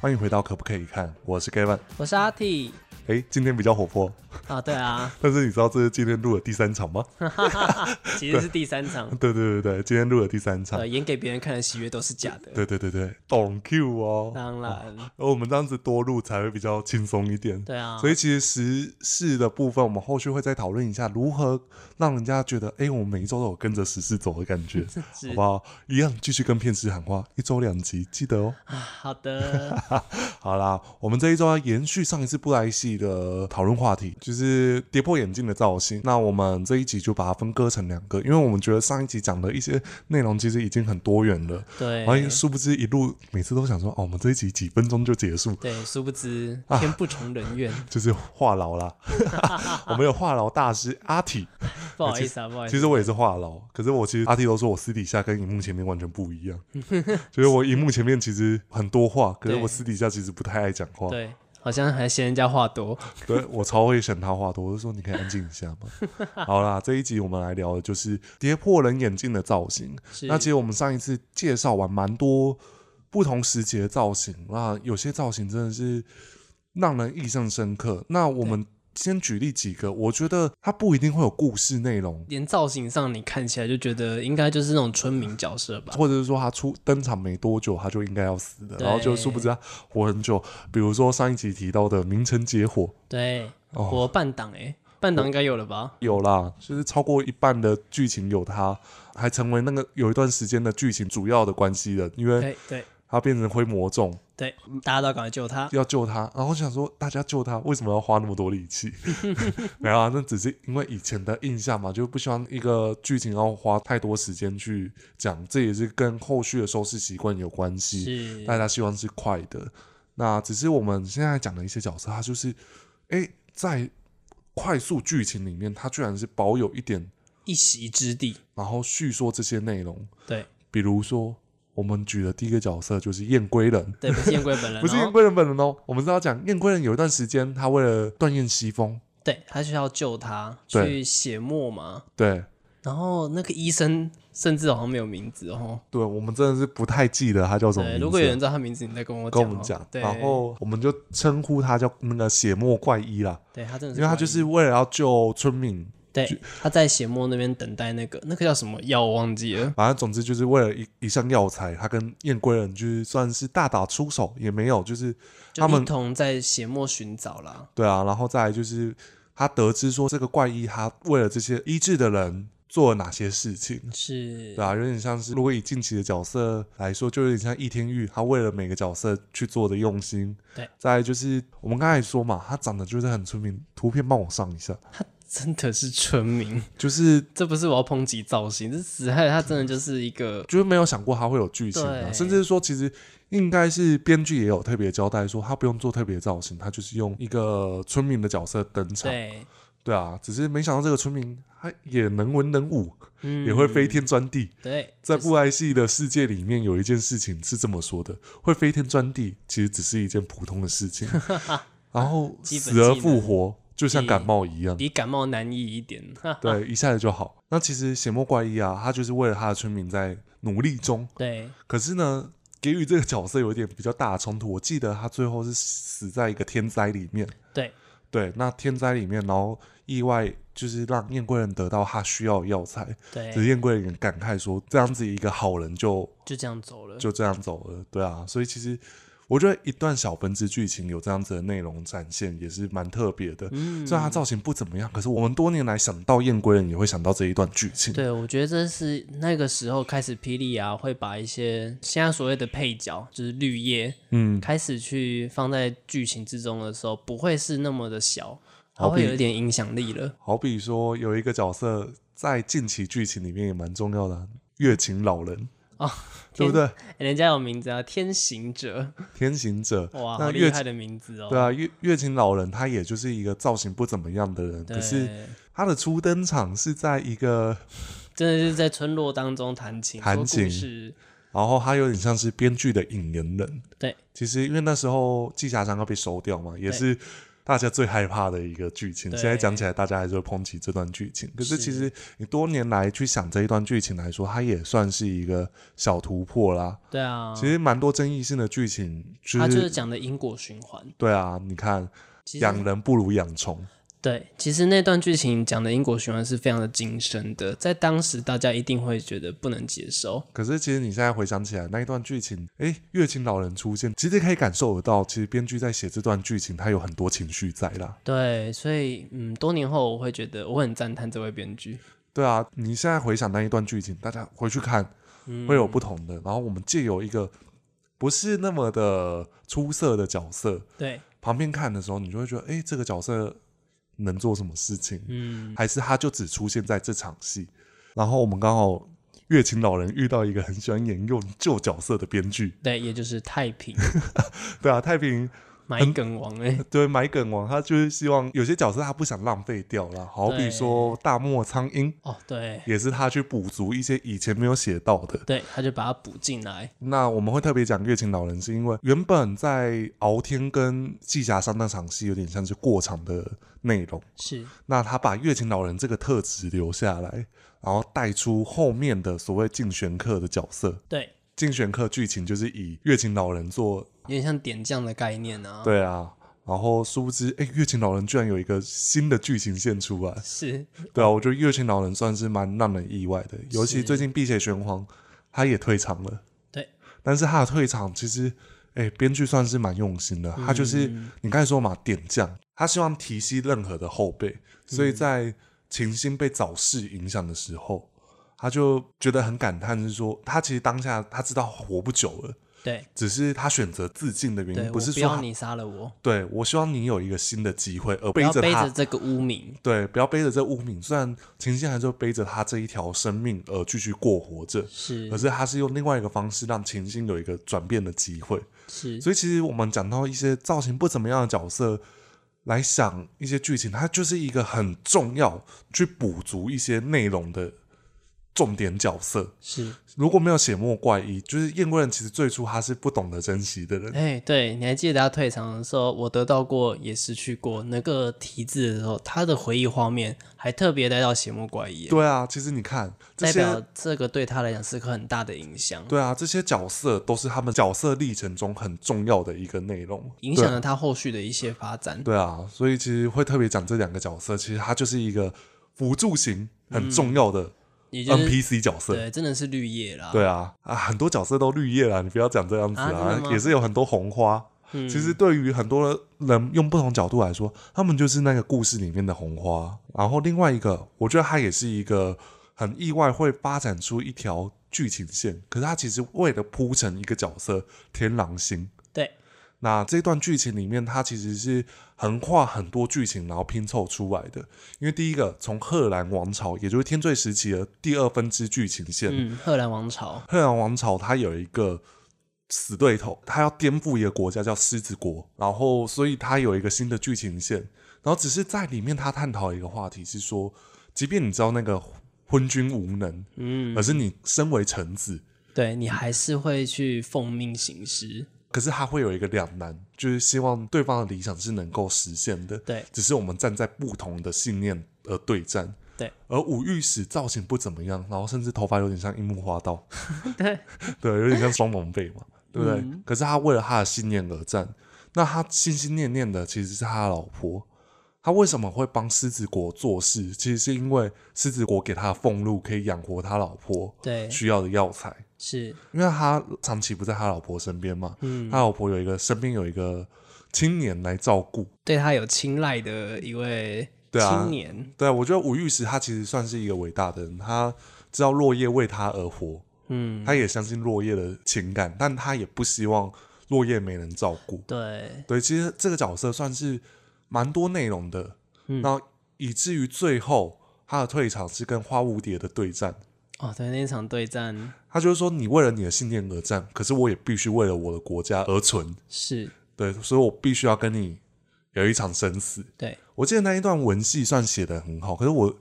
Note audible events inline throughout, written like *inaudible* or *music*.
欢迎回到可不可以看？我是 Gavin。我是阿 T 哎，今天比较活泼，啊，对 *laughs* 啊，但是你知道这是今天录的第三场吗？ *laughs* 其实是第三场，对对对对，今天录的第三场呃，。演给别人看的喜悦都是假的，对对对对，懂 Q 哦。当然，而我们这样子多录才会比较轻松一点。对啊所以其实时事的部分，我们后续会再讨论一下如何让人家觉得，哎、我们每一周都有跟着时事走的感觉，好不好？一样继续跟片师喊话，一周两集，记得哦。啊好的，好啦，我们这一周要延续上一次布莱希的讨论话题，就是跌破眼镜的造型。那我们这一集就把它分割成两个，因为我们觉得上一集讲的一些内容其实已经很多元了，对而且殊不知一路每次都想说，哦，我们这一集几分钟就结束，对，殊不知啊天不从人 *laughs* 愿，就是话痨啦。我们有话痨大师阿体，不好意思啊，不好意其思，实我也是话痨，可是我其实阿 T 都说我私底下跟荧幕前面完全不一样，就是我荧幕前面其实很多话，可是对我私底下其实不太爱讲话。对，好像还嫌人家话多，对我超会省他话多，我就说你可以安静一下嘛。好啦，这一集我们来聊的就是跌破人眼镜的造型。是那其实我们上一次介绍完蛮多不同时节的造型，那有些造型真的是让人印象深刻。那我们先举例几个，我觉得它不一定会有故事内容，连造型上你看起来就觉得应该就是那种村民角色吧，或者是说他出登场没多久他就应该要死的，对然后就殊不知他活很久。比如说上一集提到的名城结火，对，哦我半党哎，半党应该有了吧？有啦，就是超过一半的剧情有他，还成为那个有一段时间的剧情主要的关系人，因为对对他变成灰魔众对，大家都要赶快 *laughs* 救他，要救他，然后我想说大家救他为什么要花那么多力 *laughs* 气？没有啊，那只是因为以前的印象嘛，就不希望一个剧情要花太多时间去讲，这也是跟后续的收视习惯有关系。是大家希望是快的。那只是我们现在讲的一些角色，他就是，哎、在快速剧情里面，他居然是保有一点，一席之地，然后叙说这些内容。对比如说，我们举的第一个角色就是燕归人，对，不是燕归本人哦， *laughs* 不是燕归人本人哦。我们是要讲燕归人有一段时间，他为了断雁西风，对他需要救他对去血墨嘛，对然后那个医生甚至好像没有名字哦。对，我们真的是不太记得他叫什么对，名字。啊如果有人知道他名字，你再跟我跟讲哦。我们讲，对，然后我们就称呼他叫那个血墨怪医啦，对他真的因是为他就怪是为了要救村民，医对他在血墨那边等待那个那个叫什么药我忘记了，反正总之就是为了一一项药材，他跟燕归人就是算是大打出手，也没有就是就他们一同在血墨寻找啦。对啊，然后再来就是他得知说这个怪医他为了这些医治的人做了哪些事情，是对啊，有点像是如果以近期的角色来说，就有点像易天玉，他为了每个角色去做的用心。对，再来就是我们刚才说嘛，他长得就是很村民，图片帮我上一下，真的是村民，就是这不是我要抨击造型，这死害他真的就是一个就是没有想过它会有剧情啊，对甚至说其实应该是编剧也有特别交代说，他不用做特别造型，他就是用一个村民的角色登场。对，对啊，只是没想到这个村民他也能文能武，嗯，也会飞天钻地。对，在布莱希的世界里面，有一件事情是这么说的：会飞天钻地，其实只是一件普通的事 *laughs* 情，然后基本死而技能复活，就像感冒一样。比感冒难医一点。哈对，一下子就好。那其实血墨怪医啊，他就是为了他的村民在努力中，对，可是呢，给予这个角色有一点比较大的冲突。我记得他最后是死在一个天灾里面，对，对，那天灾里面，然后意外就是让燕贵人得到他需要的药材，只是对，燕贵人也感慨说，这样子一个好人就就这样走了。就这样走了，对啊，所以其实。我觉得一段小分支剧情有这样子的内容展现，也是蛮特别的。嗯虽然它造型不怎么样，可是我们多年来想到燕归人，也会想到这一段剧情。对，我觉得这是那个时候开始，霹雳啊会把一些现在所谓的配角，就是绿叶，嗯，开始去放在剧情之中的时候，不会是那么的小，它好比会有一点影响力了。好比说，有一个角色在近期剧情里面也蛮重要的啊、月琴老人哦，对不对？诶人家有名字啊，天行者，天行者，哇，那好月厉琴害的名字哦。对啊，月月琴老人他也就是一个造型不怎么样的人，对，可是他的初登场是在一个，真的是在村落当中弹琴，弹说琴故事，然后他有点像是编剧的引言人。对，其实因为那时候季霞山要被收掉嘛，也是大家最害怕的一个剧情。对现在讲起来，大家还是会抨击这段剧情。可是是其实你多年来去想这一段剧情来说，它也算是一个小突破啦。对啊，其实蛮多争议性的剧情，就他是就是讲的因果循环。对啊，你看其实养人不如养虫，对，其实那段剧情讲的因果循环是非常的精深的，在当时大家一定会觉得不能接受。可是其实你现在回想起来那一段剧情，诶，月琴老人出现，其实可以感受得到，其实编剧在写这段剧情，他有很多情绪在啦。对，所以嗯，多年后我会觉得我很赞叹这位编剧。对啊，你现在回想那一段剧情，大家回去看会有不同的。然后我们借由一个不是那么的出色的角色对，旁边看的时候，你就会觉得，诶，这个角色能做什么事情？嗯，还是他就只出现在这场戏？然后我们刚好月琴老人遇到一个很喜欢沿用旧角色的编剧，对，也就是太 *laughs* 平对啊，太平买梗王哎、对，买梗王他就是希望有些角色他不想浪费掉啦，好比对说大漠苍鹰，哦，对也是他去补足一些以前没有写到的。 *laughs* 对，他就把它补进来。那我们会特别讲月琴老人，是因为原本在敖天跟季霞山那场戏有点像是过场的内容，是，那他把月琴老人这个特质留下来，然后带出后面的所谓竞选客的角色。对，竞选客剧情就是以月琴老人做有点像点将的概 *laughs* 念啊。，对啊，然后殊不知，哎，月琴老人居然有一个新的剧情线出来。是，对啊，我觉得月琴老人算是蛮让人意外的，尤其最近《碧血玄黄》他也退场了。对，但是他的退场其实，哎，编剧算是蛮用心的。他就是、嗯你刚才说嘛，点将，他希望提携任何的后辈，所嗯以在秦心被早逝影响的时候。他就觉得很感叹，是说他其实当下他知道活不久了，对只是他选择自尽的原对，因，嗯不我是不说要他你杀了我，对我希望你有一个新的机会，而不背要着背他着这个污名。对，不要背着这污名。虽然秦心还是背着他这一条生命而继续过活着，是可是他是用另外一个方式让秦心有一个转变的机会。是，所以其实我们讲到一些造型不怎么样的角色来想一些剧情，它就是一个很重要去补足一些内容的重点角色。是，如果没有写莫怪医，就是燕国人其实最初他是不懂得珍惜的人，哎、对，你还记得他退场的时候，我得到过也失去过那个题字的时候，他的回忆画面还特别带到邪魔怪异，对啊，其实你看这代些表这个对他来讲是个很大的影响，对啊，这些角色都是他们角色历程中很重要的一个内容，影响了他后续的一些发展。对啊，所以其实会特别讲这两个角色，其实它就是一个辅助型很重要的嗯也就是、 NPC 角色。对，真的是绿叶啦。嗯对啊，啊，很多角色都绿叶了，你不要讲这样子啊真的吗也是有很多红花。嗯其实对于很多人用不同角度来说，他们就是那个故事里面的红花。然后另外一个，我觉得它也是一个很意外会发展出一条剧情线，可是它其实为了铺成一个角色天狼星。对那这段剧情里面，它其实是横跨很多剧情，然后拼凑出来的。因为第一个，从荷兰王朝，也就是天罪时期的第二分支剧情线，嗯，荷兰王朝荷兰王朝它有一个死对头，它要颠覆一个国家叫狮子国，然后所以它有一个新的剧情线，然后只是在里面它探讨一个话题是说，即便你知道那个昏君无能，嗯，可是你身为臣子，对你还是会去奉命行事，可是他会有一个两难，就是希望对方的理想是能够实现的，对只是我们站在不同的信念而对战。对，而五御史造型不怎么样，然后甚至头发有点像樱木花道， *laughs* 对 *laughs* 嗯对，有点像双龙背嘛，对不对？可是他为了他的信念而战，那他心心念念的其实是他的老婆。他为什么会帮狮子国做事？其实是因为狮子国给他的俸禄可以养活他老婆对需要的药材。是因为他长期不在他老婆身边嘛，嗯他老婆有一个身边有一个青年来照顾。对他有青睐的一位对啊青年，对啊，我觉得吴玉石他其实算是一个伟大的人，他知道落叶为他而活，嗯，他也相信落叶的情感，但他也不希望落叶没人照顾。对对，其实这个角色算是蛮多内容的，嗯然后以至于最后他的退场是跟花蝴蝶的对战。哦，对那场对战他就是说，你为了你的信念而战，可是我也必须为了我的国家而存。是对，所以我必须要跟你有一场生死。对我记得那一段文戏算写的很好，可是我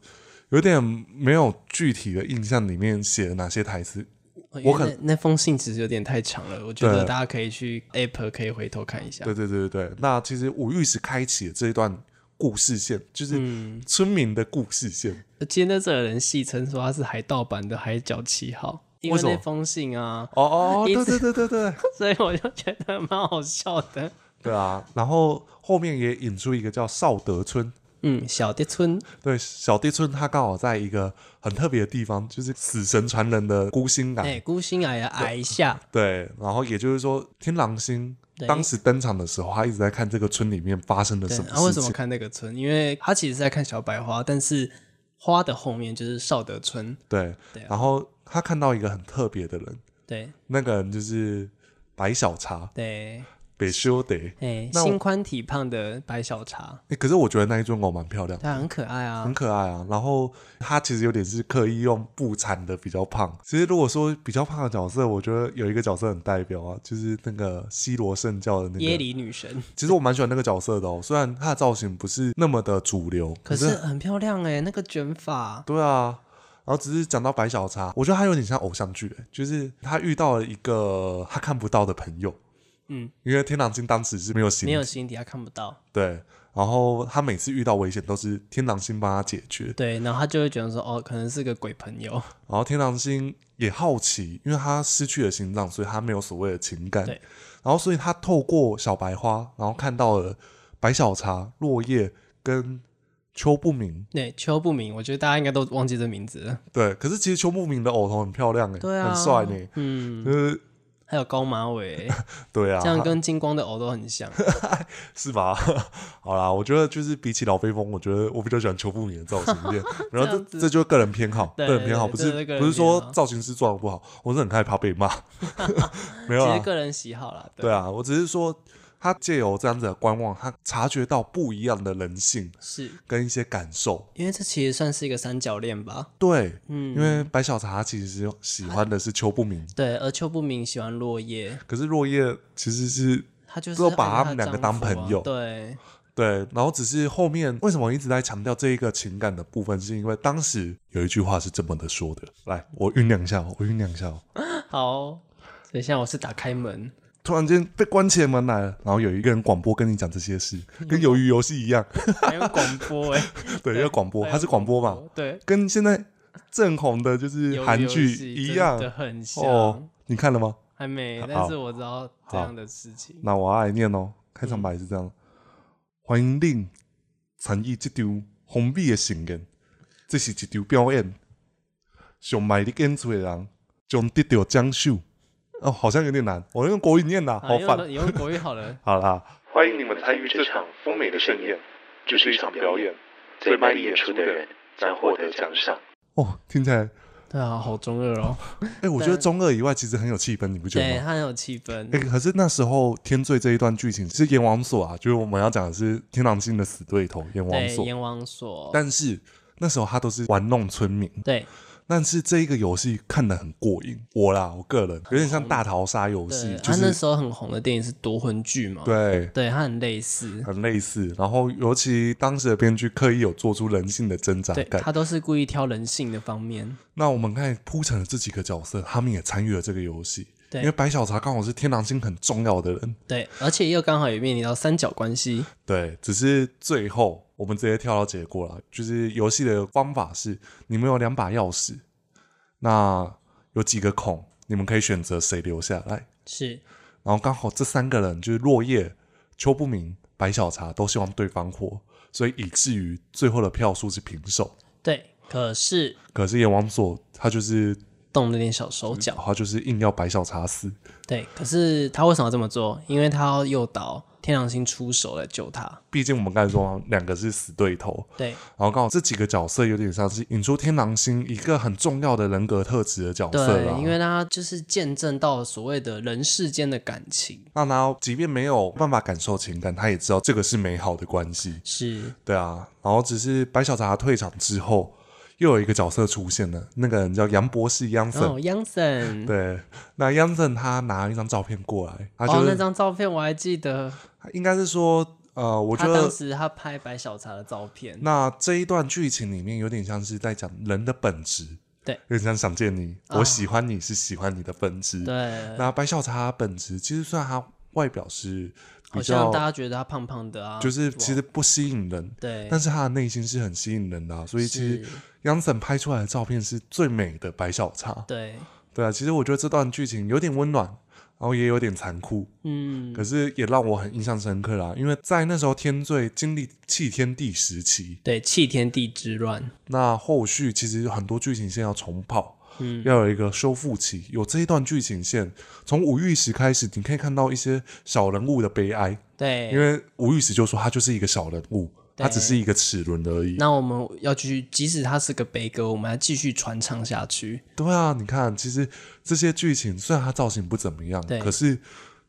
有点没有具体的印象里面写了哪些台词。我可因为那那封信其实有点太长了，我觉得对大家可以去 App 可以回头看一下。对啊对对对对。那其实五玉石开启了这一段故事线，就是村民的故事线。今天这个人戏称说他是海盗版的海角七号，因为什么那封信啊，哦哦，哦一对对直对对对，所以我就觉得蛮好笑的。 *laughs* 对啊。然后后面也引出一个叫邵德村。嗯，小蝶村对，小地村它刚好在一个很特别的地方，就是死神传人的孤星港。哎、孤星矮的矮一下，对，然后也就是说，天狼星对当时登场的时候，他一直在看这个村里面发生了 *laughs* 对什，么他、为事什么情。看那个村？因为他其实是在看小白花，但是花的后面就是少德村。对，对啊然后他看到一个很特别的人，对那个人就是白小茶对，北修德。哎、那我心宽体胖的白小茶，诶可是我觉得那一尊狗蛮漂亮，它很可爱啊很。可爱啊。然后他其实有点是刻意用布缠的比较胖。其实如果说比较胖的角色，我觉得有一个角色很代表啊，就是那个西罗圣教的那耶个里女神，其实我蛮喜欢那个角色的哦，虽然他的造型不是那么的主流，可可是很漂亮哎、那个卷发，对啊。然后只是讲到白小茶，我觉得他有点像偶像剧、欸，就是他遇到了一个他看不到的朋友，嗯，因为天狼星当时是没有形没体，有心底，他看不到。对。然后他每次遇到危险都是天狼星帮他解决，对，然后他就会觉得说，哦，可能是个鬼朋友。然后天狼星也好奇，因为他失去了心脏，所以他没有所谓的情感。对然后所以他透过小白花，然后看到了白小茶、落叶跟秋不明，对，秋不明，我觉得大家应该都忘记这名字了。对，可是其实邱牧明的偶头很漂亮哎、对啊，很帅呢、嗯，就是还有高马尾、对啊，这样跟金光的偶都很像。是吧？ *laughs* 好啦，我觉得就是比起老飞风，我觉得我比较喜欢邱牧明的造型一 *laughs* 点。然后这样这子这就是个人偏好，对个人偏好，对不这是是个人不是说偏好造型师做的不好，我是很害怕被 *laughs* 骂。 *laughs* 没有其啊实，个人喜好啦，对，对啊，我只是说他借由这样子的观望，他察觉到不一样的人性是跟一些感受。因为这其实算是一个三角恋吧。对，嗯因为白小茶其实喜欢的是邱不明，对，而秋不明喜欢落叶，可是落叶其实是他就是都把爱着他们的两个丈当夫啊朋友对，对，然后只是后面为什么我一直在强调这一个情感的部分，是因为当时有一句话是这么的说的。来，我酝酿一下哦，我酝酿一下哦。好。所以现在我是打开门，突然间被关起门来了，然后有一个人广播跟你讲这些事，跟鱿鱼游戏一样。 *laughs* *laughs* 还有广 *laughs* 播哎、欸，对，要广播，还有它是广播嘛，？对，跟现在正红的就鱿是鱼韩游剧戏一真样的很像，哦。你看了吗？还没，好但是我知道这样的事情。那我要来念哦，开场白是这样：嗯欢迎恁参与这场宏伟的盛宴，这是一场表演，上卖力演出的人将得到奖赏。哦，好像有点难，我用国语念啦，啊好用烦。，你用国语好了好啦，欢迎你们参与这场丰美的盛宴，这是一场表演，最最卖卖力力演演出出的的人人将将获获得得奖奖赏赏。哦，听起来， *laughs* 对啊，好中二哦。哎、我觉得中二以外其实很有气氛，你不觉对，得吗？他很有气 *laughs* 氛哎、。可是那时候天罪这一段剧情是阎王锁啊，就是我们要讲的是天狼星的死对头阎王对，锁，阎王锁。但是那时候他都是玩弄村民，对但是这一个游戏看得很过瘾，我啦，我个人有点像大逃杀游戏对，，就他那是时候很红的电影是夺魂剧嘛？，对。啊对，它很类似。很类似，然后尤其当时的编剧刻意有做出人性的挣扎对，感。他都是故意挑人性的方面。那我们看铺陈了这几个角色，他们也参与了这个游戏。对因为白小茶刚好是天狼星很重要的人，对，而且又刚好也面临到三角关系。对。只是最后我们直接跳到结果了，就是游戏的方法是，你们有两把钥匙，那有几个孔，你们可以选择谁留下来。是，然后刚好这三个人就是落叶、邱不明、白小茶都希望对方活，所以以至于最后的票数是平手。对。可是可是阎王座他就是动了点小手脚。他就是硬要白小茶死，对，可是他为什么要这么做？因为他要诱导天狼星出手来救他。毕竟我们刚才说两个是死对头，对，然后刚好这几个角色有点像是引出天狼星一个很重要的人格特质的角色啦对，。因为他就是见证到所谓的人世间的感情。让他即便没有办法感受情感，他也知道这个是美好的关系。是，对啊，然后只是白小茶退场之后，又有一个角色出现了，那个人叫杨博士杨然森。后 Yanson，对，那杨森他拿了一张照片过来，他哦就，那是、张照片我还记得，应该是说，呃，我觉他当得时他拍白小茶的照片。那这一段剧情里面有点像是在讲人的本质，对，有点像想见你，我喜欢你是喜欢你的分支。对，那白小茶它本质其实虽然它外表是比好像较大，家觉得他胖胖的啊，就是其实不吸引人，对，但是他的内心是很吸引人的啊、所以其实是 Yanson 拍出来的照片是最美的白小茶。对，对啊，其实我觉得这段剧情有点温暖，然后也有点残酷，嗯，可是也让我很印象深刻啦。因为在那时候天罪经历弃天地时期，对，弃天地之乱，那后续其实有很多剧情线要重跑，嗯，要有一个修复期。有这一段剧情线，从吴玉石开始，你可以看到一些小人物的悲哀，对，因为吴玉石就说他就是一个小人物，他只是一个齿轮而已。那我们要继续，即使他是个悲歌，我们要继续传唱下去。对啊，你看，其实这些剧情虽然它造型不怎么样对，可是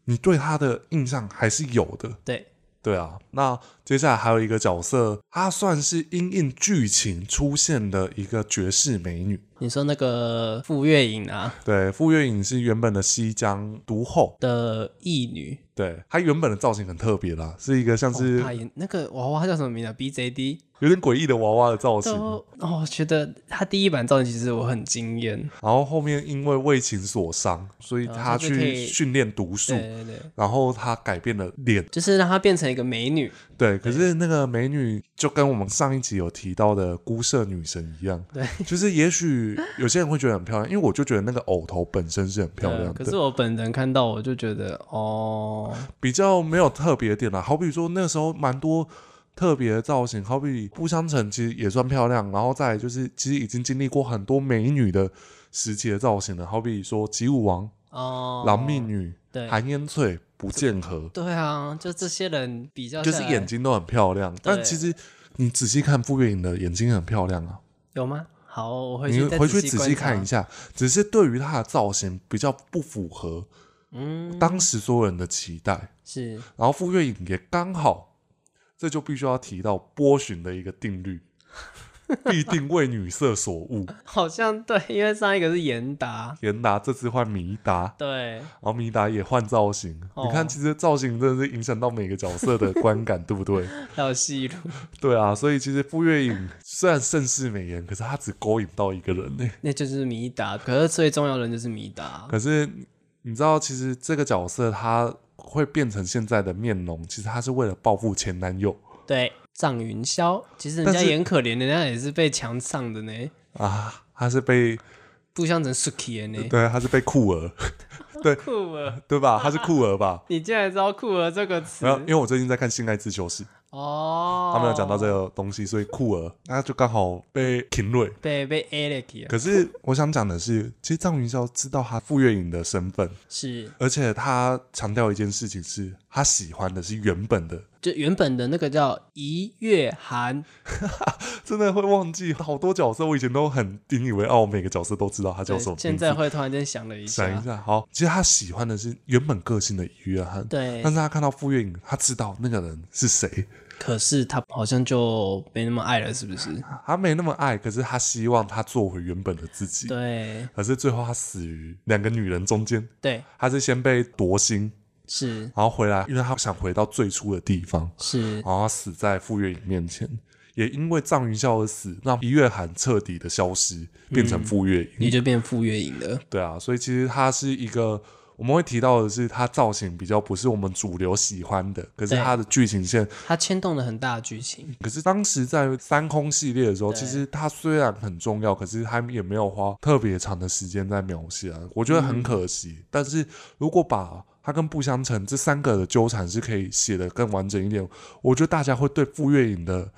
你对他的印象还是有的。对，对啊，那接下来还有一个角色，她算是因应剧情出现的一个绝世美女。你说那个傅月影啊对，傅月影是原本的西江独后，的义女，对她原本的造型很特别啦，是一个像是哦她也那个娃娃叫什么名字、啊、？BJD。有点诡异的娃娃的造型。都哦，我觉得她第一版造型其实我很惊艳。然后后面因为为情所伤，所以啊她她就可去以训练毒术对，对对，然后她改变了脸。就是让她变成一个美女。对，可是那个美女就跟我们上一集有提到的孤舍女神一样，对，就是也许有些人会觉得很漂亮，因为我就觉得那个偶头本身是很漂对啊亮可的，是我本人看到我就觉得哦，比较没有特别点啦。啊好比说那时候蛮多特别的造型，好比顾香城其实也算漂亮，然后再来就是其实已经经历过很多美女的时期的造型了，好比说吉武王、哦， *laughs* 狼命女、对韩烟翠、不见河，对啊，就这些人比较就是下来眼睛都很漂亮，但其实你仔细看傅月影的眼睛很漂亮啊。有吗？好，我回你去再回去仔细观看察一。下，只是对于它的造型比较不符合嗯，当时所有人的期待。是 *laughs* 然后傅月影也刚好，这就必须要提到波旬的一个定律， *laughs* 必定为女色所误。好像对，因为上一个是严达，严达这次换米达，对，然后米达也换造型。你哦看，其实造型真的是影响到每个角色的观感，对不对？ *laughs* 还有戏路，对啊，所以其实傅月影虽然盛世美颜，可是她只勾引到一个人呢、那就是米达。可是最重要的人就是米达，可是你知道，其实这个角色他会变成现在的面容，其实他是为了报复前男友对，藏云霄。其实人家但是也很可怜，人家也是被强上的呢，啊，他是被不像成 Suki 的呢。对，他是被酷儿，酷儿，对吧？他是酷儿 *laughs* 吧？你竟然知道酷儿这个词然后，因为我最近在看《性爱自修室》，哦？他们有讲到这个东西，所以酷 *laughs* 儿那就刚好被评论。被被 E Alex 可 *laughs* 是我想讲的是，其实张云霄知道他傅月影的身份，是而且他强调一件事情是，他喜欢的是原本的， *laughs* 就原本的那个叫一月寒，真的会忘记好多角色，我以前都很引以为傲，每个角色都知道他叫对什么名字。现在会突然间想了一想下一，下，好，其实他喜欢的是原本个性的于约翰，对但是他看到傅月影，他知道那个人是谁，可是他好像就没那么爱了，是不 *laughs* 是？他没那么爱，可是他希望他做回原本的自己。对可是最后他死于两个女人中间，对，他是先被夺心，是然后回来，因为他想回到最初的地方，是然后他死在傅月影面前。也因为藏云霄而死，让一月寒彻底的消失，变嗯成傅月影。你就变傅月影了。对啊，所以其实它是一个我们会提到的是，它造型比较不是我们主流喜欢的，可是对它的剧情线，它牵动了很大的剧情，可是当时在三空系列的时候，其实它虽然很重要，可是它也没有花特别长的时间在描写啊，我觉得很可惜。但是如果把它跟不相成这三个的纠缠是可以写的更完整一点，我觉得大家会对傅月影的。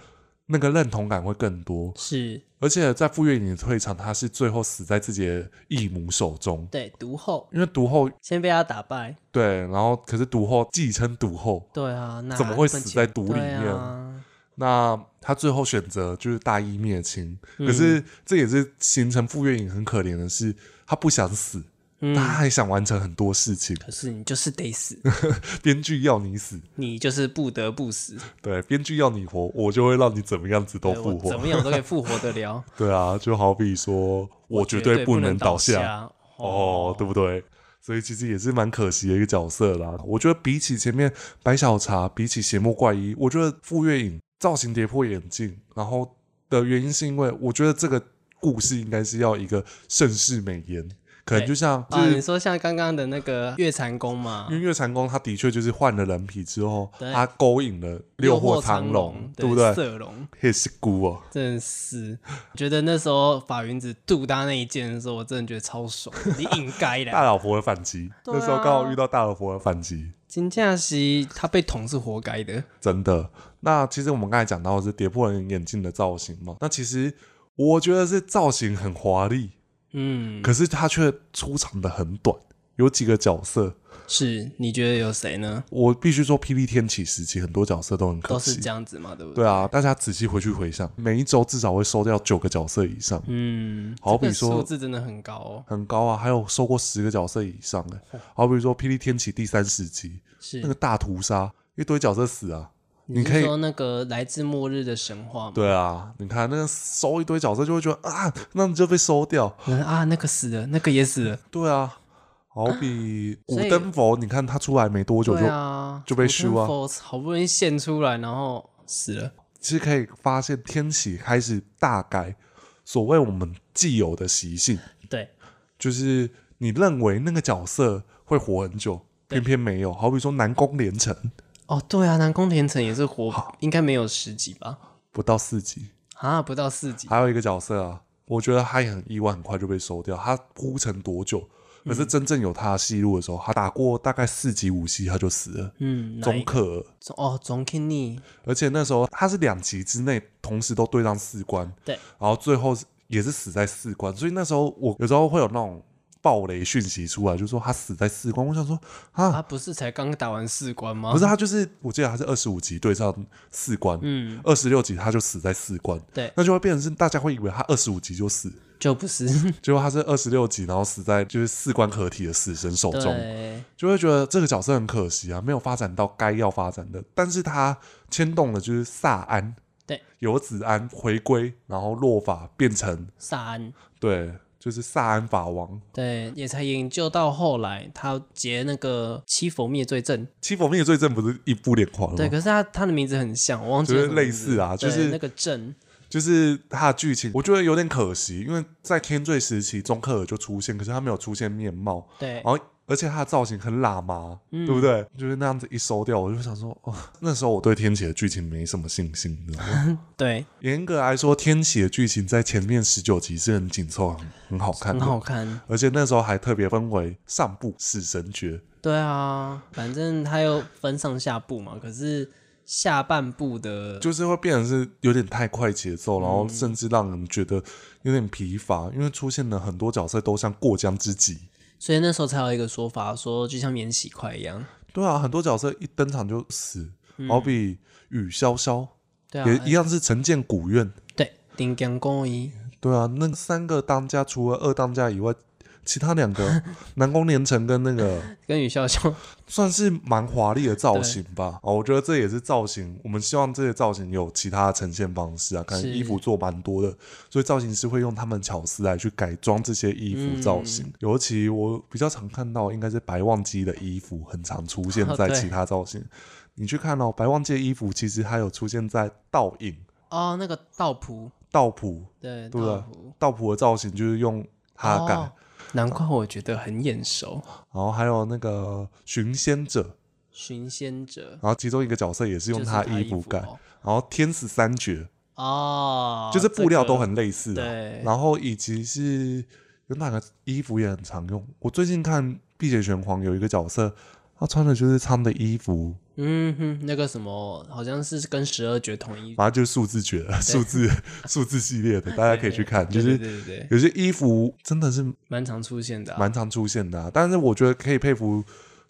那个认同感会更多，是而且在傅月影的退场，他是最后死在自己的义母手中，对毒后因为毒后先被他打败。对，然后可是毒后继称毒后，对啊，那怎么会死在毒里面对啊、那他最后选择就是大义灭亲。可是这也是形成傅月影很可怜的是，他不想死，但他还想完成很多事情。嗯可是你就是得死，编剧要你死，你就是不得不死，对，编剧要你活，我就会让你怎么样子 *laughs* 都对复我活。怎么样我都可以复活得了。对啊，就好比说， *laughs* 我绝对不不能倒下。下。哦，对不对？所以其实也是蛮可惜的一个角色啦。我觉得比起前面白小茶，比起邪魔怪医，我觉得傅月影造型跌破眼镜，然后的原因是因为我觉得这个故事应该是要一个盛世美颜，可能对就像就啊，你是。说像刚刚的那个月禅宫嘛因，为月禅宫他的确就是换了人皮之后，对他勾引了六祸祸苍龙龙，，对不对？色龙，也是孤哦，真的是，我觉得那时候法云子杜搭那一件的时候，我真的觉得超爽，你应该大 *laughs* 的。老婆的反击，对啊那时候刚好遇到大老婆的反击，金佳熙他被捅是活该的，真的。那其实我们刚才讲到的是跌破人眼镜的造型嘛，那其实我觉得是造型很华丽，嗯，可是他却出场的很短。有几个角色，是，你觉得有谁呢？我必须说，《霹雳天启》时期很多角色都很可都是惜这。样子嘛，对不对？对啊，大家仔细回去回想，每一周至少会收掉九个角色以上，嗯，好比这个说数字真的很高哦，很高啊。还有收过十个角色以上的，好比如说《霹雳天启》第三十集是那个大屠杀，一堆角色死啊，你可是以说那个来自末日的神话嘛？对啊，你看那个收一堆角色就会觉得啊，那你就被收掉。嗯啊，那个死了，那个也死了，对啊，好比五所以灯佛，你看他出来没多久就，对啊，就被古登修啊佛好不容易现出来，然后死了，其实可以发现天启开始大改所谓我们既有的习性，对，就是你认为那个角色会活很久，偏偏没有。好比说南宫连城哦，对啊，南宫田城也是活，应该没有十级吧？不到四集，啊，不到四级，还有一个角色啊，我觉得他也很意外，很快就被收掉。他铺陈多久？可是真正有他的戏路的时候，他打过大概四集五集他就死了。嗯，哪一中可儿，总哦，总 k i n y 而且那时候他是两集之内同时都对上四关，对，然后最后也是死在四关，所以那时候我有时候会有那种暴雷讯息出来，就说他死在四关，我想说他啊，不是才刚打完四关吗？不是，他啊就是我记得他是二十五集对上四关，嗯，二十六集他就死在四关，对，那就会变成是大家会以为他二十五集就死，就不 *laughs* 是，结果他是二十六集，然后死在就是四关合体的死神手中，对，就会觉得这个角色很可惜啊，没有发展到该要发展的。但是他牵动了就是萨安，对，游子安回归，然后落法变成萨安，对，就是萨安法王。对，也才营救到后来，他结那个七佛灭罪阵，七佛灭罪阵不是一部连环对，吗？可是他他的名字很像，我忘记哦就是了什么名类字似啊对就是那个阵，就是他的剧情，我觉得有点可惜，因为在天罪时期，中克尔就出现，可是他没有出现面貌，对嗯然，后而且他的造型很喇嘛，对不对？就是那样子一收掉，我就想说，哦，那时候我对天启的剧情没什么信心，你知道吗？对，严格来说，《天启》的剧情在前面十九集是很紧凑、很很好看很的，好看，而且那时候还特别分为上部死神诀，对啊，反正他又分上下部嘛，可是下半部的就是会变成是有点太快节奏，然嗯后甚至让人觉得有点疲乏，因为出现了很多角色都像过江之鲫。所以那时候才有一个说法，说就像免洗块一样，对啊，很多角色一登场就死，好比雨潇潇、嗯对啊，也一样是城建古院。对，丁江公一，对啊，那三个当家除了二当家以外，其他两 *laughs* 个南宫连城跟那个。跟雨潇潇，算是蛮华丽的造型吧。哦，我觉得这也是造型，我们希望这些造型有其他的呈现方式啊。可能是衣服做蛮多的，所以造型师会用他们巧思来去改装这些衣服造型。嗯尤其我比较常看到应该是白忘机的衣服，很常出现哦在对其他造型。你去看哦，白忘机的衣服其实还有出现在倒影、哦，那个道普，道普、对对，不道对普，道普的造型，就是用它改。哦难怪我觉得很眼熟，然后还有那个寻仙者，寻仙者然后其中一个角色也是用就是他他衣服服改。哦然后天使三绝、哦，就是布料这个都很类似、啊对然后以及是有哪个衣服也很常用。我最近看《碧血玄黄》有一个角色，他穿的就是他们的衣服，嗯哼，那个什么，好像是跟十二绝同一，反正就是数字绝、数字数字系列的，大家可以去看。就 *laughs* 对对是对对对，有些衣服真的是蛮常出现的啊、蛮常出现的、啊，但是我觉得可以佩服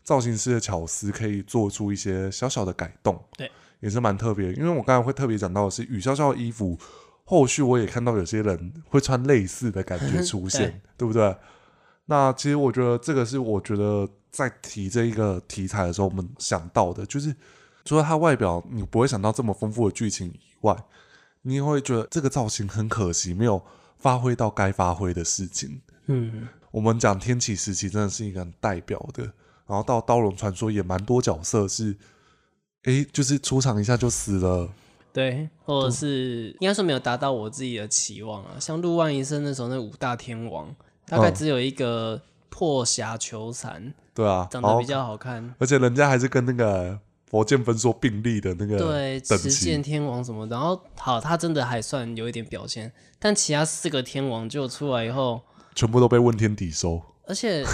造型师的巧思，可以做出一些小小的改动，对，也是蛮特别的。因为我刚才会特别讲到的是雨潇潇的衣服，后续我也看到有些人会穿类似的感觉出现， *laughs* 对对不对？那其实我觉得这个是我觉得在提这一个题材的时候，我们想到的就是，除了它外表你不会想到这么丰富的剧情以外，你也会觉得这个造型很可惜，没有发挥到该发挥的事情。嗯，我们讲天启时期真的是一个很代表的，然后到《刀龙传说》也蛮多角色是，诶，就是出场一下就死了，对，或者是应该说没有达到我自己的期望啊。像陆万医生那时候那五大天王，大概嗯只有一个破侠求禅，对啊，长然得后比较好看。而且人家还是跟那个佛剑分说并立的那个对，等持剑级，天王什么，然后好，他真的还算有一点表现，但其他四个天王就出来以后，全部都被问天抵收。*laughs* 而且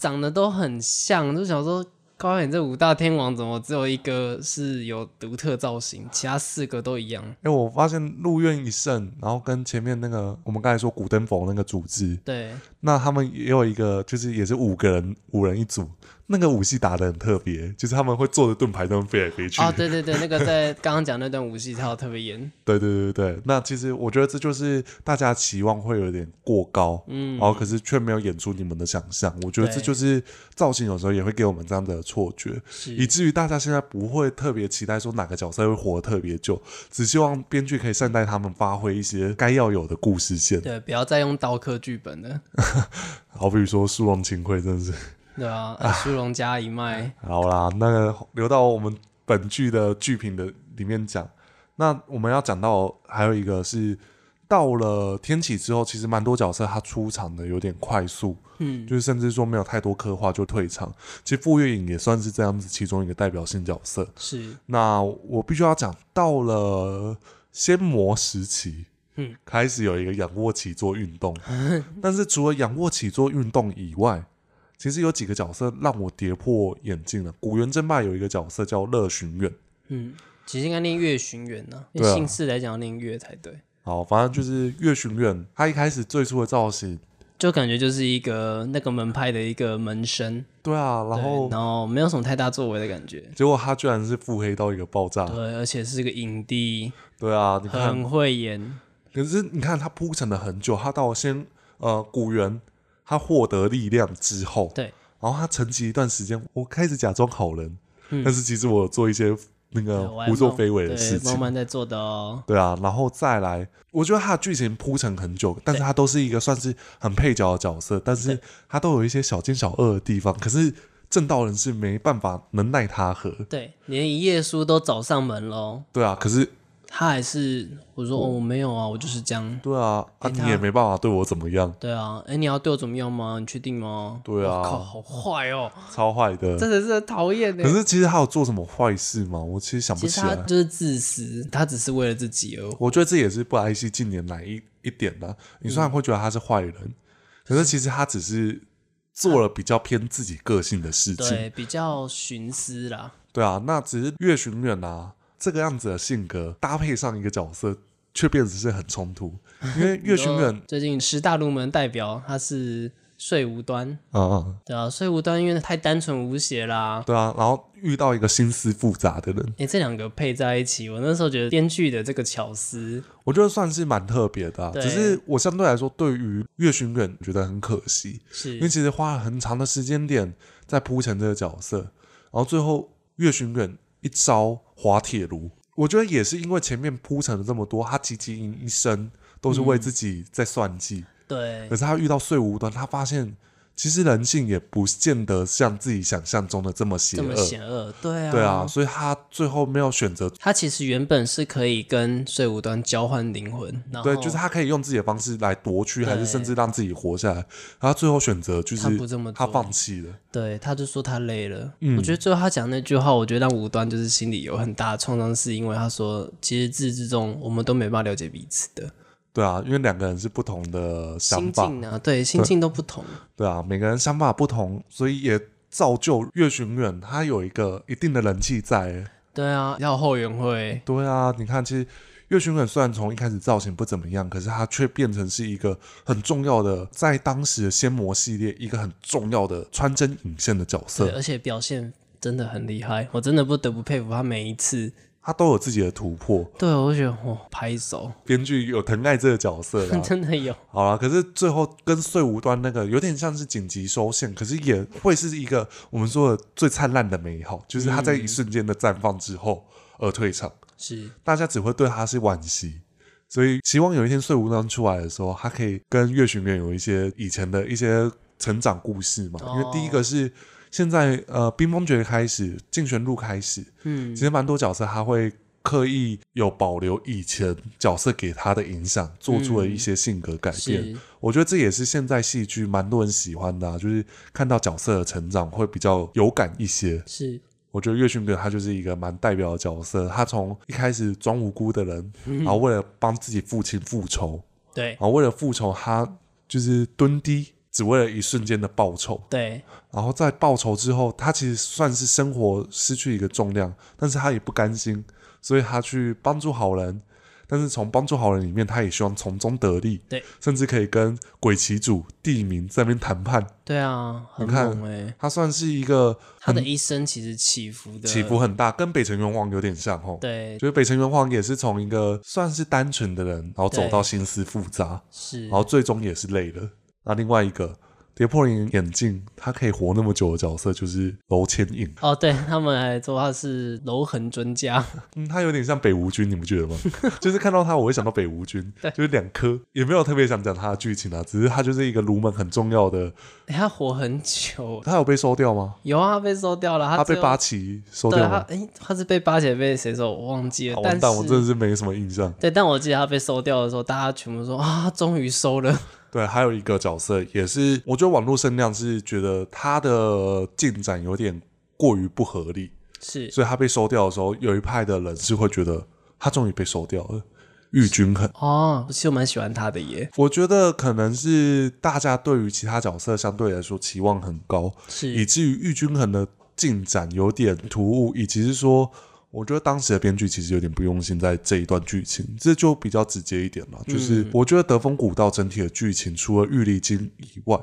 长得都很像，就想说高远这五大天王怎么只有一个是有独特造型，其他四个都一样？哎、我发现入院一胜，然后跟前面那个我们刚才说古登佛那个组织，对，那他们也有一个，就是也是五个人，五人一组，那个武戏打得很特别，就是他们会坐着盾牌在那边飞来飞去。哦，对对对，那个在刚刚讲那段武戏，他有特别演，对对对对，那其实我觉得这就是大家期望会有点过高，嗯，然后可是却没有演出你们的想象。我觉得这对就是造型有时候也会给我们这样的错觉，以是至于大家现在不会特别期待说哪个角色会活得特别久，只希望编剧可以善待他们，发挥一些该要有的故事线。对，不要再用刀刻剧本了，好比说苏龙秦桧，真的是对吧、啊？苏荣加一脉，好啦，那个留到我们本剧的剧评的里面讲。那我们要讲到还有一个是到了天启之后，其实蛮多角色他出场的有点快速，嗯，就是甚至说没有太多刻画就退场。其实傅月影也算是这样子其中一个代表性角色。是那我必须要讲到了仙魔时期，嗯，开始有一个仰卧起坐运 *laughs* 动，但是除了仰卧起坐运动以外，其实有几个角色让我跌破眼镜了。古元争霸有一个角色叫乐巡远，嗯，其实应该念月巡远呢、因对为啊姓氏来讲要念月才对，好，反正嗯就是乐巡远，他一开始最初的造型，就感觉就是一个那个门派的一个门生，对啊，对然后然后没有什么太大作为的感觉，结果他居然是腹黑到一个爆炸，对，而且是个影帝，对啊，你看很会演，可是你看，他铺陈了很久，他到先呃古猿，他获得力量之后，对，然后他沉寂一段时间，我开始假装好人，嗯但是其实我有做一些那个对我呃还胡作慢非为的对事慢情。慢在做的哦，对啊，然后再来，我觉得他的剧情铺陈很久，但是他都是一个算是很配角的角色，但是他都有一些小奸小恶的地方，可是正道人是没办法能奈他何。对，连一页书都找上门喽，对啊，可是他还是我说哦我没有啊，我就是这样。对啊，啊诶你他也没办法对我怎么样，对啊，哎、你要对我怎么样吗？你确定吗？对啊我靠，好坏哦，超坏的。真的是很讨厌呢欸可。是其实他有做什么坏事吗？我其实想不啊其实起他来。就是自私，他只是为了自己而活。我觉得这也是布莱希近年来一一点的、你虽然会觉得他是坏人，可是其实他只是做了比较偏自己个性的事情。对，比较徇私啦。对啊，那只是岳巡远啊这个样子的性格搭配上一个角色，却变得是很冲突。因为岳巡远 *laughs* 然后最近十大入门代表他是税无端，啊、嗯，对啊，税无端因为太单纯无邪啦。对啊，然后遇到一个心思复杂的人，哎，这两个配在一起，我那时候觉得编剧的这个巧思，我觉得算是蛮特别的啊、对只是我相对来说，对于岳巡远觉得很可惜。因为是其实花了很长的时间点在铺陈这个角色，然后最后岳巡远一招滑铁卢，我觉得也是因为前面铺陈了这么多，他汲汲营一生都是为自己在算计，对可是他遇到碎无端，他发现其实人性也不见得像自己想象中的这么邪这么恶，险恶，对啊，对啊，所以他最后没有选择。他其实原本是可以跟税无端交换灵魂，然后对，就是他可以用自己的方式来夺取，还是对甚至让自己活下来。然后他最后选择就是他不这么他做放弃了。对，他就说他累了。嗯我觉得最后他讲那句话，我觉得让无端就是心里有很大的创伤，是因为他说，其实自之中我们都没办法了解彼此的对啊，因为两个人是不同的想心法，境啊，对，心境都不同。对啊，每个人想法不同，所以也造就岳巡远他有一个一定的人气在欸。对啊，要后援会，对啊，你看，其实岳巡远虽然从一开始造型不怎么样，可是他却变成是一个很重要的，在当时的仙魔系列一个很重要的穿针引线的角对，色，而且表现真的很厉害，我真的不得不佩服他每一次。他都有自己的突破。对，我就觉得哇，拍手，编剧有疼爱这个角色 *laughs* 啦。真的有，好啦，可是最后跟碎无端那个有点像是紧急收线，可是也会是一个我们说的最灿烂的美好，就是他在一瞬间的绽放之后而退场。是大家只会对他是惋惜。所以希望有一天碎无端出来的时候，他可以跟岳巡远有一些以前的一些成长故事嘛。哦因为第一个是现在呃，冰封诀开始，竞玄录开始，嗯其实蛮多角色他会刻意有保留以前角色给他的影响，做出了一些性格改变。是我觉得这也是现在戏剧蛮多人喜欢的、啊，就是看到角色的成长会比较有感一些。是，我觉得岳迅哥他就是一个蛮代表的角色，他从一开始装无辜的人，然后为了帮自己父亲复仇，对然后为了复仇他就是蹲低，只为了一瞬间的报仇。对，然后在报仇之后，他其实算是生活失去一个重量，但是他也不甘心，所以他去帮助好人。但是从帮助好人里面，他也希望从中得利，对，甚至可以跟鬼旗主地名在那边谈判。对啊，很你看猛哎、他算是一个他的一生其实起伏的起伏，很大，跟北城元晃有点像哦。对，就是北城元晃也是从一个算是单纯的人，然后走到心思复杂，是然，后最终也是累了。那另外一个跌破你眼镜，他可以活那么久的角色就是娄千影。哦，对他们来说他是楼痕 *laughs* 专家，嗯，他有点像北吴军，你不觉得吗？ *laughs* 就是看到他，我会想到北吴 *laughs* 军，就是两颗，也没有特别想讲他的剧情啊，只是他就是一个卢门很重要的。哎他活很久，他有被收掉吗？有啊，他被收掉了，他最被后八旗收对掉他吗？哎、他是被八姐被谁收我忘记了好，但完蛋，我真的是是没什么印象。对，但我记得他被收掉的时候，大家全部说啊，终于收了，对，还有一个角色也是，我觉得网络声量是觉得他的进展有点过于不合理，是所以他被收掉的时候，有一派的人是会觉得他终于被收掉了，玉均衡。哦，其实我蛮喜欢他的耶，我觉得可能是大家对于其他角色相对来说期望很高，以是至于玉均衡的进展有点突兀，以及是说，我觉得当时的编剧其实有点不用心在这一段剧情，这就比较直接一点了。嗯就是我觉得德风古道整体的剧情，除了玉丽金以外，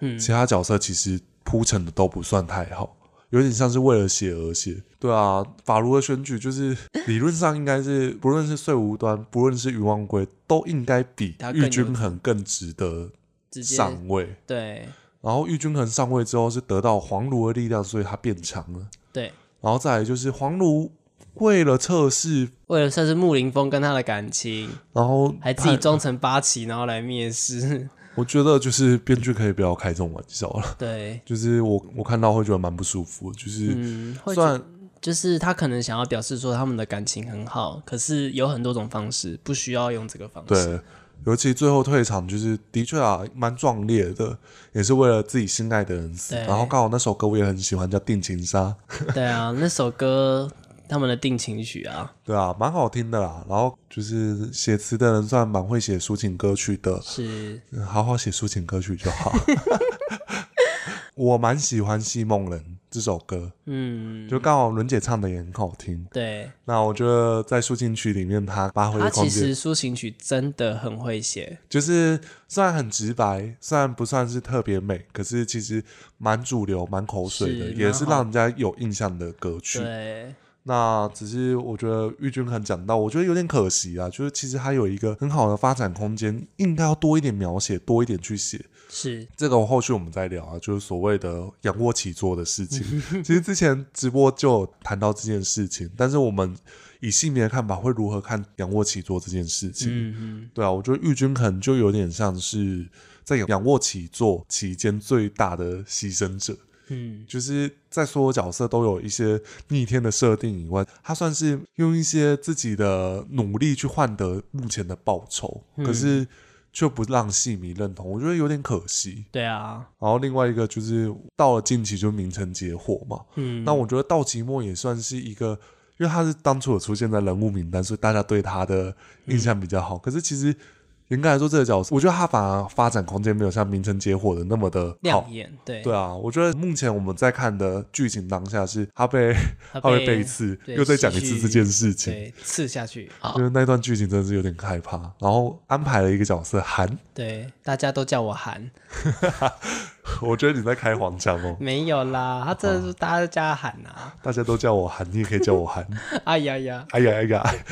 嗯其他角色其实铺陈的都不算太好。有点像是为了写而写，对啊，法如的选举 *laughs* 就是理论上应该是，不论是税无端，不论是余望归，都应该比他更有玉均衡更值得直接上位。对然后玉均衡上位之后是得到黄炉的力量，所以他变强了。对，然后再来就是黄炉为了测试，为了算是木林峰跟他的感情，然后还自己装成八旗，然后来灭世，我觉得就是编剧可以不要开这种玩笑了， *laughs* 对，就是我我看到会觉得蛮不舒服，就是嗯，会觉算就是他可能想要表示说他们的感情很好，可是有很多种方式，不需要用这个方式。对。尤其最后退场，就是的确啊，蛮壮烈的，也是为了自己心爱的人死。对然后刚好那首歌我也很喜欢，叫《定情杀》， *laughs* 对啊，那首歌他们的定情曲啊，对啊，蛮好听的啦。然后就是写词的人算蛮会写抒情歌曲的，是嗯好好写抒情歌曲就好。 *laughs* 我蛮喜欢《戏梦人》这首歌，嗯，就刚好伦姐唱的也很好听。对，那我觉得在抒情曲里面，她发挥他的空其间实抒情曲真的很会写，就是虽然很直白，虽然不算是特别美，可是其实蛮主流、蛮口水的，是也是蛮好让人家有印象的歌曲。对，那只是我觉得玉君很讲到，我觉得有点可惜啊，就是其实还有一个很好的发展空间，应该要多一点描写，多一点去写。是这个后续我们再聊啊，就是所谓的仰卧起坐的事情。其实之前直播就有谈到这件事情，但是我们以性别的看法会如何看仰卧起坐这件事情？嗯嗯，对啊，我觉得玉君可能就有点像是在仰仰卧起坐期间最大的牺牲者，嗯，就是在所有角色都有一些逆天的设定以外，他算是用一些自己的努力去换得目前的报酬，可是却不让戏迷认同，我觉得有点可惜。对啊，然后另外一个就是到了近期就名城结火嘛，嗯，那我觉得道奇莫也算是一个，因为他是当初有出现在人物名单，所以大家对他的印象比较好。可是其实严格来说，这个角色，我觉得他反而发展空间没有像名城结火的那么的好亮。眼，对，对啊，我觉得目前我们在看的剧情当下是他被 *laughs* 他他被被背刺，对又再讲一次这件事情，对刺下去，好因，为那段剧情真的是有点害怕。然后安排了一个角色韩， *laughs* 对，大家都叫我韩，我觉得你在开黄腔哦，没有啦，他真的是大家都叫他韩啊，大家都叫我韩，你也可以叫我韩。哎呀呀，哎呀哎 *laughs* 呀，哎，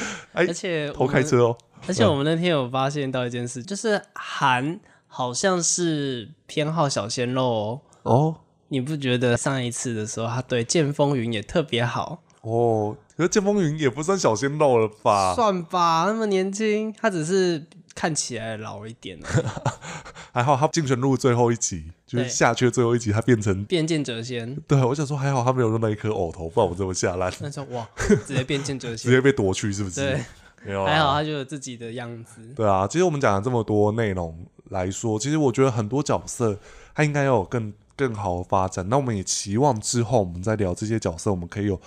而且我偷开们车哦。而且我们那天有发现到一件事，就是韩好像是偏好小鲜肉哦。哦你不觉得上一次的时候，他对《剑风云》也特别好，哦，可是剑风云也不算小鲜肉了吧？算吧？那么年轻，他只是看起来老一点而已还好他竞选录最后一集，就是对下阙最后一集，他变成 *laughs* 变见者先。对我想说还好他没有用那一颗藕头，不然我这么下烂，那时候 *laughs* 哇，直接变见者直先。接被夺去是不是嗯对？，没有啊，还好他就有自己的样子。对啊，其实我们讲了这么多内容来说，其实我觉得很多角色他应该要有更更好的发展。那我们也期望之后我们在聊这些角色，我们可以有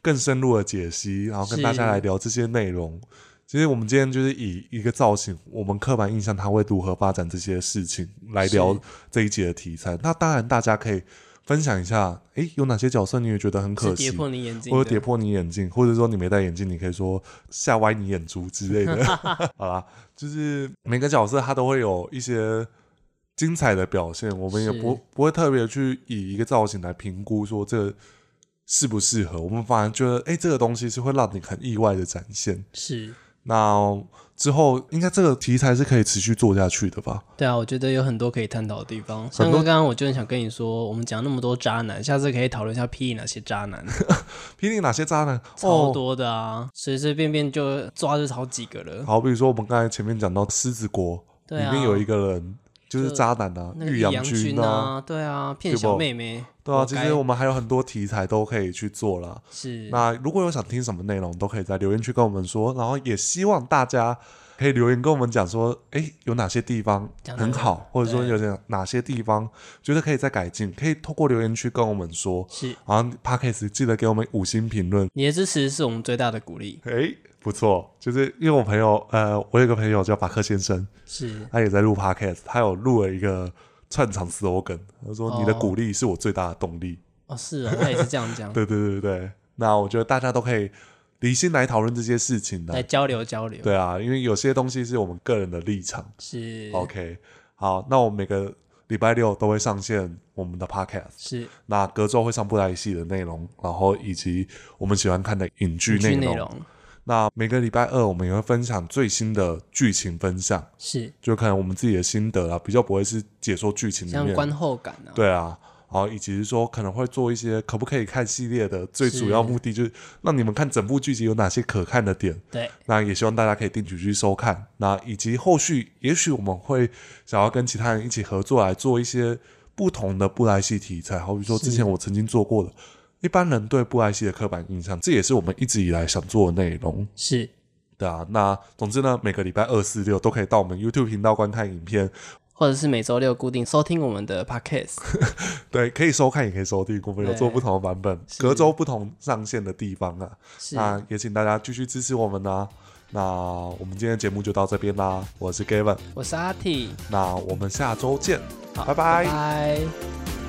更深入的解析，然后跟是大家来聊这些内容。其实我们今天就是以一个造型，我们刻板印象它会如何发展这些事情来聊是这一节的题材。那当然，大家可以分享一下，诶，有哪些角色你也觉得很可是惜跌？破你眼睛或的，者跌破你眼镜，或者说你没戴眼镜，你可以说吓歪你眼珠之类 *laughs* 的。 *laughs* 好啦，就是每个角色他都会有一些精彩的表现，我们也是不不会特别去以一个造型来评估说这适不适合，我们反而觉得哎、诶这个东西是会让你很意外的展现。是，那之后应该这个题材是可以持续做下去的吧？对啊，我觉得有很多可以探讨的地方。像多刚刚我就很想跟你说，我们讲那么多渣男，下次可以讨论一下霹雳哪些 *laughs* 渣男，哦霹雳哪些渣男？超哦多的啊，随随便便就抓就好几个了。好，比如说我们刚才前面讲到《狮子国》对啊里面有一个人就是就渣男啊，那个玉阳君啊，啊，对啊，骗对小不妹妹，对啊，活其该实我们还有很多题材都可以去做啦。是那如果有想听什么内容，都可以在留言区跟我们说。然后也希望大家可以留言跟我们讲说，诶，有哪些地方讲得很很好，或者说对有哪哪些地方觉得可以再改进，可以透过留言区跟我们说。是，然后 p a c k a s 记得给我们五星评论。你的支持是我们最大的鼓励。诶，不错，就是因为我朋友，呃，我有一个朋友叫法克先生，是，他也在录 podcast，他有录了一个串场 slogan，他说：“你的哦鼓励是我最大的动力。哦，是哦，他也是这样 *laughs* ，讲对对对对对，那我觉得大家都可以理性来讨论这些事情的来。交流交流。对啊，因为有些东西是我们个人的立场。是 OK，好，那我们每个礼拜六都会上线我们的 Podcast，是那隔周会上布莱戏的内容，然后以及我们喜欢看的影剧内剧容。内容那每个礼拜二我们也会分享最新的剧情分享，是就可能我们自己的心得啊，比较不会是解说剧情里像面观后感啊，对啊，然后以及是说可能会做一些可不可以看系列的最主要目的，就是让你们看整部剧集有哪些可看的点。对，那也希望大家可以定期去收看。那以及后续，也许我们会想要跟其他人一起合作来做一些不同的布莱希题材，好比说之前我曾经做过的。一般人对布莱希的刻板印象，这也是我们一直以来想做的内容。是对啊，那总之呢，每个礼拜二、四、六都可以到我们 YouTube 频道观看影片，或者是每周六固定收听我们的 *laughs* podcast，对，可以收看，也可以收听，我们有做不同的版本，是隔周不同上线的地方啊。是那也请大家继续支持我们啦、那我们今天的节目就到这边啦，我是 Gavin，我是阿 T，那我们下周见，好拜拜拜拜